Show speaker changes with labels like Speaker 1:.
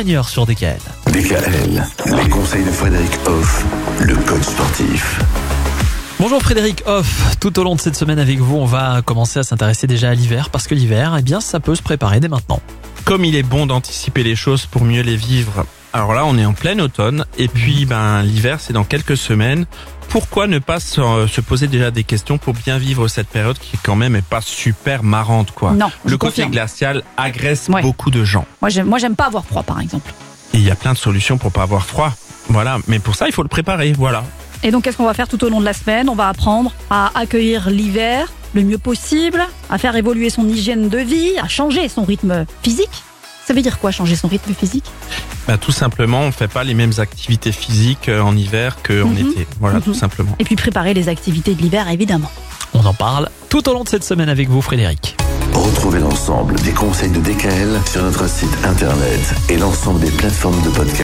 Speaker 1: Seigneur sur DKL.
Speaker 2: DKL, les conseils de Frédéric Hoff, le code sportif.
Speaker 1: Bonjour Frédéric Hoff, tout au long de cette semaine avec vous, on va commencer à s'intéresser déjà à l'hiver parce que l'hiver, eh bien, ça peut se préparer dès maintenant.
Speaker 3: comme il est bon d'anticiper les choses pour mieux les vivre. Alors là, on est en plein automne et puis
Speaker 4: Mhm.
Speaker 3: ben l'hiver, c'est dans quelques semaines. Pourquoi ne pas se euh, se poser déjà des questions pour bien vivre cette période qui quand même est pas super marrante quoi.
Speaker 4: Non, je
Speaker 3: Le côté
Speaker 4: confirme.
Speaker 3: glacial agresse
Speaker 4: Ouais.
Speaker 3: beaucoup de gens.
Speaker 4: Moi, j'aime, moi, j'aime pas avoir froid, par exemple.
Speaker 3: Et il y a plein de solutions pour pas avoir froid. Voilà, mais pour ça, il faut le préparer, voilà.
Speaker 4: Et donc, qu'est-ce qu'on va faire tout au long de la semaine On va apprendre à accueillir l'hiver le mieux possible, à faire évoluer son hygiène de vie, à changer son rythme physique. Ça veut dire quoi, changer son rythme physique
Speaker 3: Ben, tout simplement, on fait pas les mêmes activités physiques euh, en hiver qu'en
Speaker 4: Mhm.
Speaker 3: été. Voilà, tout
Speaker 4: Mhm.
Speaker 3: simplement.
Speaker 4: Et puis préparer les activités de l'hiver, évidemment.
Speaker 1: On en parle tout au long de cette semaine avec vous Frédéric.
Speaker 2: Retrouvez l'ensemble des conseils de DKL sur notre site internet et l'ensemble des plateformes de podcast.